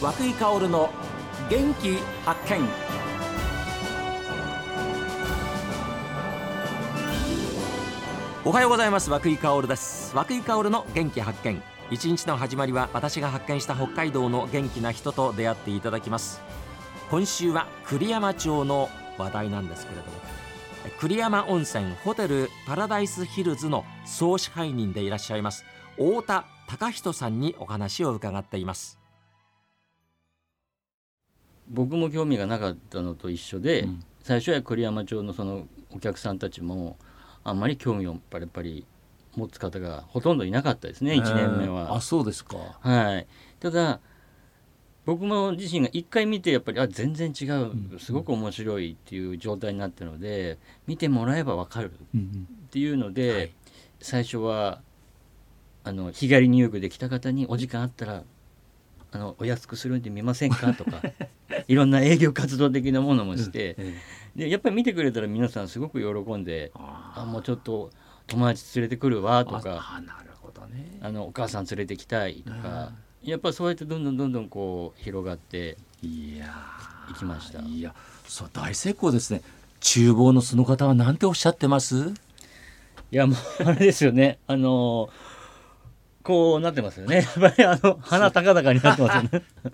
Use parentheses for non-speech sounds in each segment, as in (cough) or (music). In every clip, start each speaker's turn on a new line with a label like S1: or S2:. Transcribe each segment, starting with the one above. S1: 和久井薫の元気発見おはようございます和久井薫です和久井薫の元気発見一日の始まりは私が発見した北海道の元気な人と出会っていただきます今週は栗山町の話題なんですけれども栗山温泉ホテルパラダイスヒルズの総支配人でいらっしゃいます太田隆人さんにお話を伺っています
S2: 僕も興味がなかったのと一緒で、最初は栗山町のそのお客さんたちもあんまり興味をやっぱりやっぱり持つ方がほとんどいなかったですね1年目
S3: えーあ
S2: は。
S3: そうですか
S2: はい、ただ僕も自身が1回見てやっぱりあ全然違うすごく面白いっていう状態になったので見てもらえば分かるっていうので、最初はあの日帰り入浴できた方にお時間あったらあのお安くするんで見ませんかとか (laughs) いろんな営業活動的なものもして、でやっぱり見てくれたら皆さんすごく喜んで
S3: あ
S2: あもうちょっと友達連れてくるわとか
S3: あなるほどね
S2: あのお母さん連れてきたいとか、やっぱそうやってどんどんどんどんこう広がって
S3: いや
S2: いきました
S3: ーいやそう大成功ですね厨房のその方はなんておっしゃってます
S2: いやもうあれですよねあのこうなってますよねやっぱりあの鼻高々になってますよね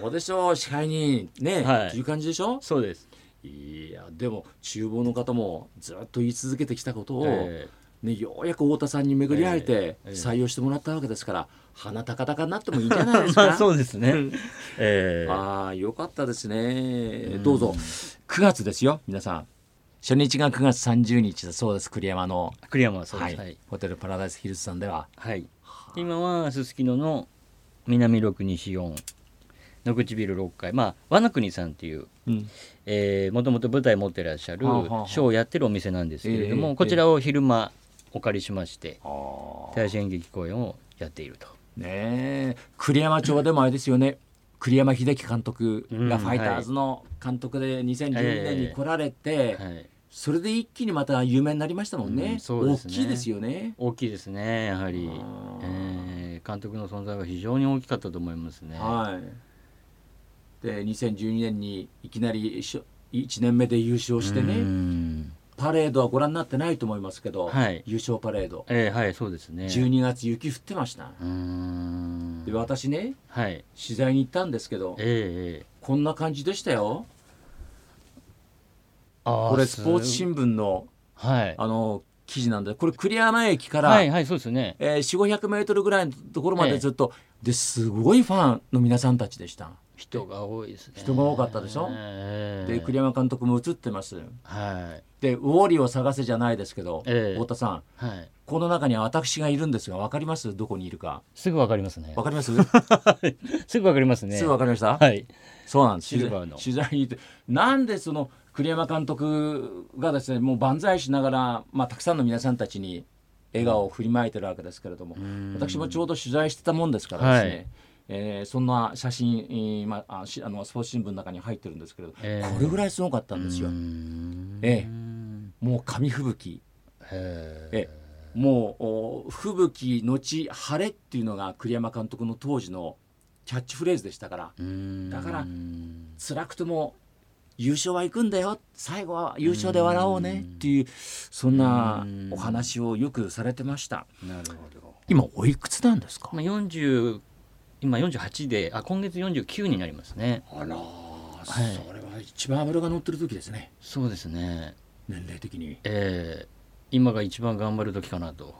S3: そうでしょう支配人ね、
S2: はい
S3: っていう感じでしょ
S2: (laughs) そうです、
S3: いやでも厨房の方もずっと言い続けてきたことを、
S2: え
S3: ね、ようやく太田さんに巡り会えて
S2: ええ
S3: 採用してもらったわけですから、鼻高々になってもいいんじゃないで
S2: ー
S3: すか、
S2: (laughs) まあそうですね、えー
S3: ああよかったですねどうぞ9月ですよ皆さん初日が9月30日だそうです栗山の、
S2: 栗山はそうで
S3: は
S2: す
S3: い
S2: はい、
S3: ホテルパラダイスヒルズさんでは
S2: はい、今はすすきのの南6西4野口ビル6階まあ和那国さんっていう
S3: うん
S2: えーもともと舞台持ってらっしゃる
S3: はあはあはあ
S2: ショーをやってるお店なんですけれども、
S3: ええ
S2: こちらを昼間お借りしまして
S3: あー
S2: 大衆演劇公演をやっていると
S3: ねえ栗山町はでもあれですよね栗山英樹監督
S2: うんは
S3: が
S2: い
S3: ファイターズの監督で2012年に来られて、
S2: はい、
S3: それで一気にまた有名になりましたもんね,、
S2: うんそうですね
S3: 大きいですよね
S2: 大きいですねやはり
S3: あー、
S2: えー監督の存在が非常に大きかったと思いますね、
S3: はいで2012年にいきなり1年目で優勝してね、
S2: うん
S3: パレードはご覧になってないと思いますけど、
S2: はい
S3: 優勝パレード、
S2: えーはいそうですね
S3: 12月雪降ってました、
S2: うーん
S3: で私ね
S2: はい
S3: 取材に行ったんですけど
S2: えーえー
S3: こんな感じでしたよ
S2: あ
S3: これスポーツ
S2: 聞
S3: 新聞の
S2: はい
S3: あの記事なんでこれ栗山駅から、
S2: はいはいそうですね
S3: えー、4 5 0 0ルぐらいのところま
S2: ええ
S3: でずっと、ですごいファンの皆さんたちでした
S2: 人が多いですね
S3: 人が多かったでしょ
S2: えー
S3: で栗山監督も映ってます
S2: はい
S3: で「ウォーリーを探せ」じゃないですけど、
S2: ええ
S3: 太田さん
S2: はい
S3: この中には私がいるんですが分かりますどこにいるか
S2: すぐわかります (laughs) ね
S3: 分かります
S2: すぐわかりますね
S3: すぐ分かりました、
S2: はい
S3: そうなんです。
S2: シルバーの
S3: 取材取材に行って、なんでその栗山監督がですね、もう万歳しながら、まあたくさんの皆さんたちに笑顔を振りまいてるわけですけれども、私もちょうど取材してたもんですからですね。
S2: はい
S3: えーそんな写真、えーまあ、あしあのスポーツ新聞の中に入ってるんですけれど、
S2: えー
S3: これぐらいすごかったんですよ。ええもう紙吹雪、
S2: へ
S3: ええもうお吹雪のち晴れっていうのが栗山監督の当時のキャッチフレーズでしたから、
S2: え
S3: だから辛くても優勝は行くんだよ最後は優勝で笑おうねっていうそんなお話をよくされてました
S2: なるほど
S3: 今おいくつなんですか
S2: まあ40今48であ今月49になりますね
S3: あらー、
S2: はい
S3: それは一番脂が乗ってる時ですね
S2: そうですね
S3: 年齢的に
S2: ええ今が一番頑張る時かなと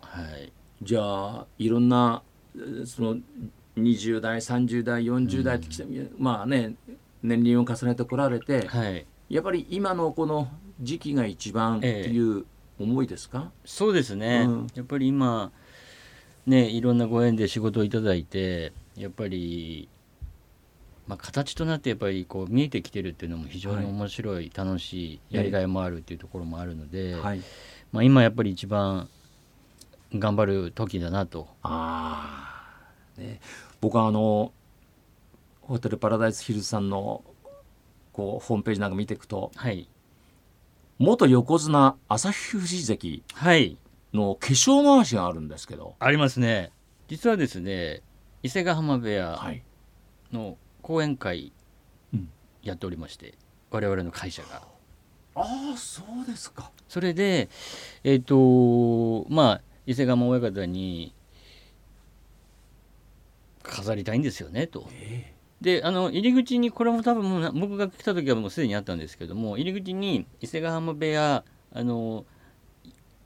S2: はい
S3: じゃあいろんなえーその20代30代40代ってきて、まあね年齢を重ねてこられて
S2: はい
S3: やっぱり今のこの時期が一番っていう思いですか、
S2: そうですね、
S3: うん
S2: やっぱり今ねいろんなご縁で仕事をいただいてやっぱり、まあ、形となってやっぱりこう見えてきてるっていうのも非常に
S3: はい
S2: 面白い、楽しい
S3: ええ
S2: やりがいもあるっていうところもあるので、
S3: はい
S2: まあ、今やっぱり一番頑張る時だなと
S3: ああ、ね、僕はあのホテルパラダイスヒルズさんのこうホームページなんか見ていくと
S2: はい
S3: 元横綱旭富士関
S2: はい
S3: の化粧回しがあるんですけど
S2: ありますね実はですね伊勢ヶ浜部
S3: は
S2: 屋
S3: い
S2: の講演会
S3: うん
S2: やっておりまして、我々の会社が。
S3: ああそうですか
S2: それでえっ、とまあ伊勢釜親方に飾りたいんですよねと。
S3: え
S2: であの入り口にこれも多分もうな僕が来た時はもうすでにあったんですけども入り口に伊勢ヶ浜部屋あの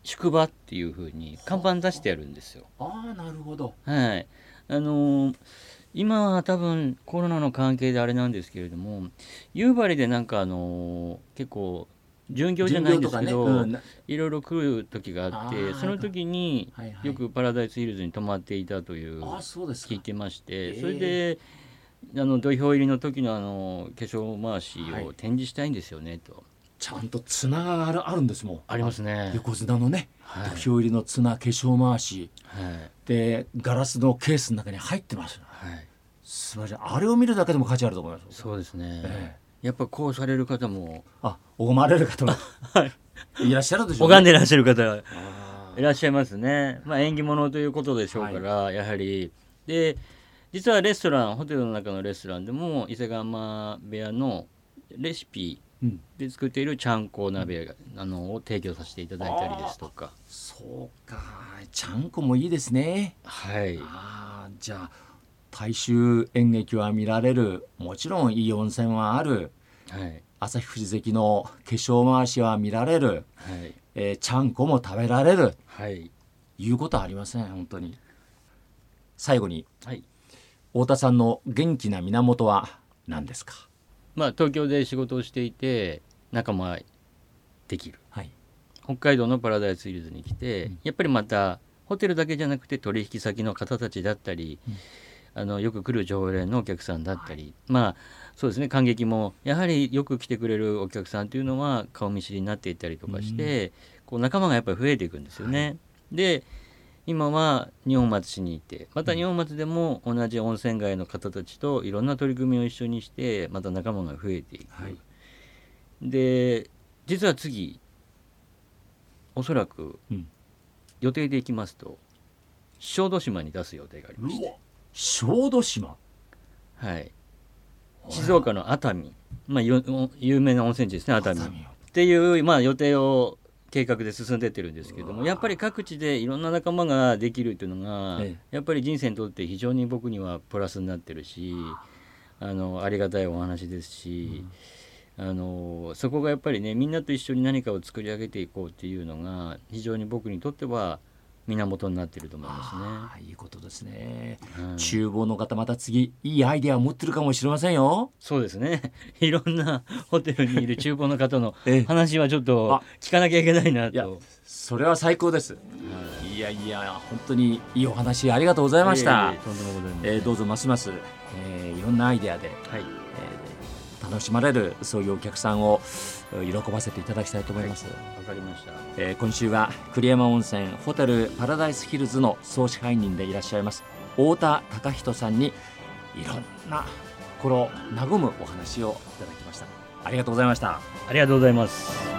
S2: 宿場っていう風に看板出してあるんですよ。
S3: ああなるほど
S2: はい、あの今は多分コロナの関係であれなんですけれども夕張でなんかあの結構巡業じゃないんですけど、
S3: 巡業とかねうんない
S2: ろいろ来る時があっ
S3: あ
S2: て
S3: ー
S2: その時に
S3: はいはい
S2: よくパラダイスヒルズに泊まっていたという
S3: ああそうですか
S2: 聞いてまして
S3: ええ
S2: それであの土俵入りの時のあの化粧回し
S3: はい
S2: を展示したいんですよねと
S3: ちゃんとつながあるあるんですもん
S2: ありますね。
S3: 横綱のね
S2: はい
S3: 土俵入りの綱化粧回し
S2: はい
S3: でガラスのケースの中に入ってます
S2: はい
S3: 素晴らしいあれを見るだけでも価値あると思います
S2: そうですね
S3: え
S2: やっぱこうされる方も
S3: あ拝まれる方もいらっしゃるでしょう
S2: 拝ん
S3: ね
S2: でらっしゃる方
S3: あ
S2: いらっしゃいますね。まあ縁起物ということでしょうから、やはり。で、実はレストラン、ホテルの中のレストランでも、伊勢釜部屋のレシピ
S3: ーうん
S2: で作っているちゃんこ鍋が、あのを提供させていただいたりですとか。
S3: そうかちゃんこもいいですね
S2: はい。
S3: あーじゃあ大衆演劇は見られるもちろんいい温泉はある
S2: はい。
S3: 朝日富士関の化粧回しは見られる、
S2: はい。
S3: えーちゃんこも食べられる
S2: はい。
S3: いうことはありません本当に最後に
S2: はい。
S3: 太田さんの元気な源は何ですか
S2: まあ、東京で仕事をしていて、仲間できる。
S3: はい
S2: 北海道のパラダイスヒルズに来て、やっぱりまたホテルだけじゃなくて取引先の方たちだったり、あのよく来る常連のお客さんだったり、まあそうですね感激もやはりよく来てくれるお客さんというのは顔見知りになっていったりとかして、こう仲間がやっぱり増えていくんですよね。で今は二本松市にいてまた二本松でも同じ温泉街の方たちといろんな取り組みを一緒にしてまた仲間が増えていく。
S3: はい
S2: で実は次おそらく
S3: うん
S2: 予定でいきますと小豆島に出す予定がありまし
S3: う
S2: て、
S3: わ小豆島
S2: はい、静岡の熱海、まあ、よ有名な温泉地ですね熱海
S3: 熱海よ
S2: っていう、まあ、予定を計画で進んでってるんですけどもやっぱり各地でいろんな仲間ができるっていうのが、
S3: え
S2: やっぱり人生にとって非常に僕にはプラスになってるしあのありがたいお話ですし、あのそこがやっぱりねみんなと一緒に何かを作り上げていこうっていうのが非常に僕にとっては源になってると思いま
S3: あーいいことですね、
S2: すね。うん
S3: 厨房の方また次いいアイデアを持ってるかもしれませんよ
S2: そうですね (laughs) いろんなホテルにいる厨房の方の
S3: ええ
S2: 話はちょっと聞かなきゃいけないない
S3: や
S2: と。
S3: それは最高です、い、やいや本当にいいお話ありがとうございました
S2: いえいえとんでもございません
S3: えーどうぞますます、えーいろんなアイデアで、
S2: はい
S3: えー楽しまれるそういうお客さんをえー喜ばせていただきたいと思います、
S2: わかりました。
S3: えー今週は栗山温泉ホテルパラダイスヒルズの総支配人でいらっしゃいます太田貴人さんにいろんな心和むお話をいただきましたありがとうございました
S2: ありがとうございます。